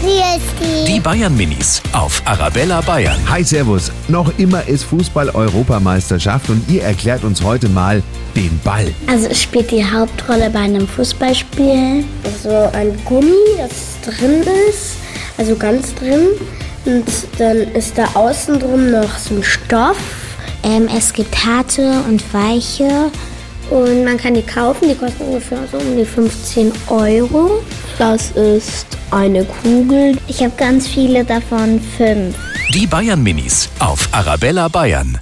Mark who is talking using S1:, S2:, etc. S1: Christi.
S2: Die Bayern Minis auf Arabella Bayern.
S3: Hi Servus, noch immer ist Fußball-Europameisterschaft und ihr erklärt uns heute mal den Ball.
S4: Also es spielt die Hauptrolle bei einem Fußballspiel.
S5: So ein Gummi, das drin ist, also ganz drin. Und dann ist da außen drum noch so ein Stoff.
S6: Ähm, es gibt harte und weiche und man kann die kaufen. Die kosten ungefähr so um die 15 Euro.
S7: Das ist eine Kugel.
S8: Ich habe ganz viele davon, fünf.
S2: Die Bayern Minis auf Arabella Bayern.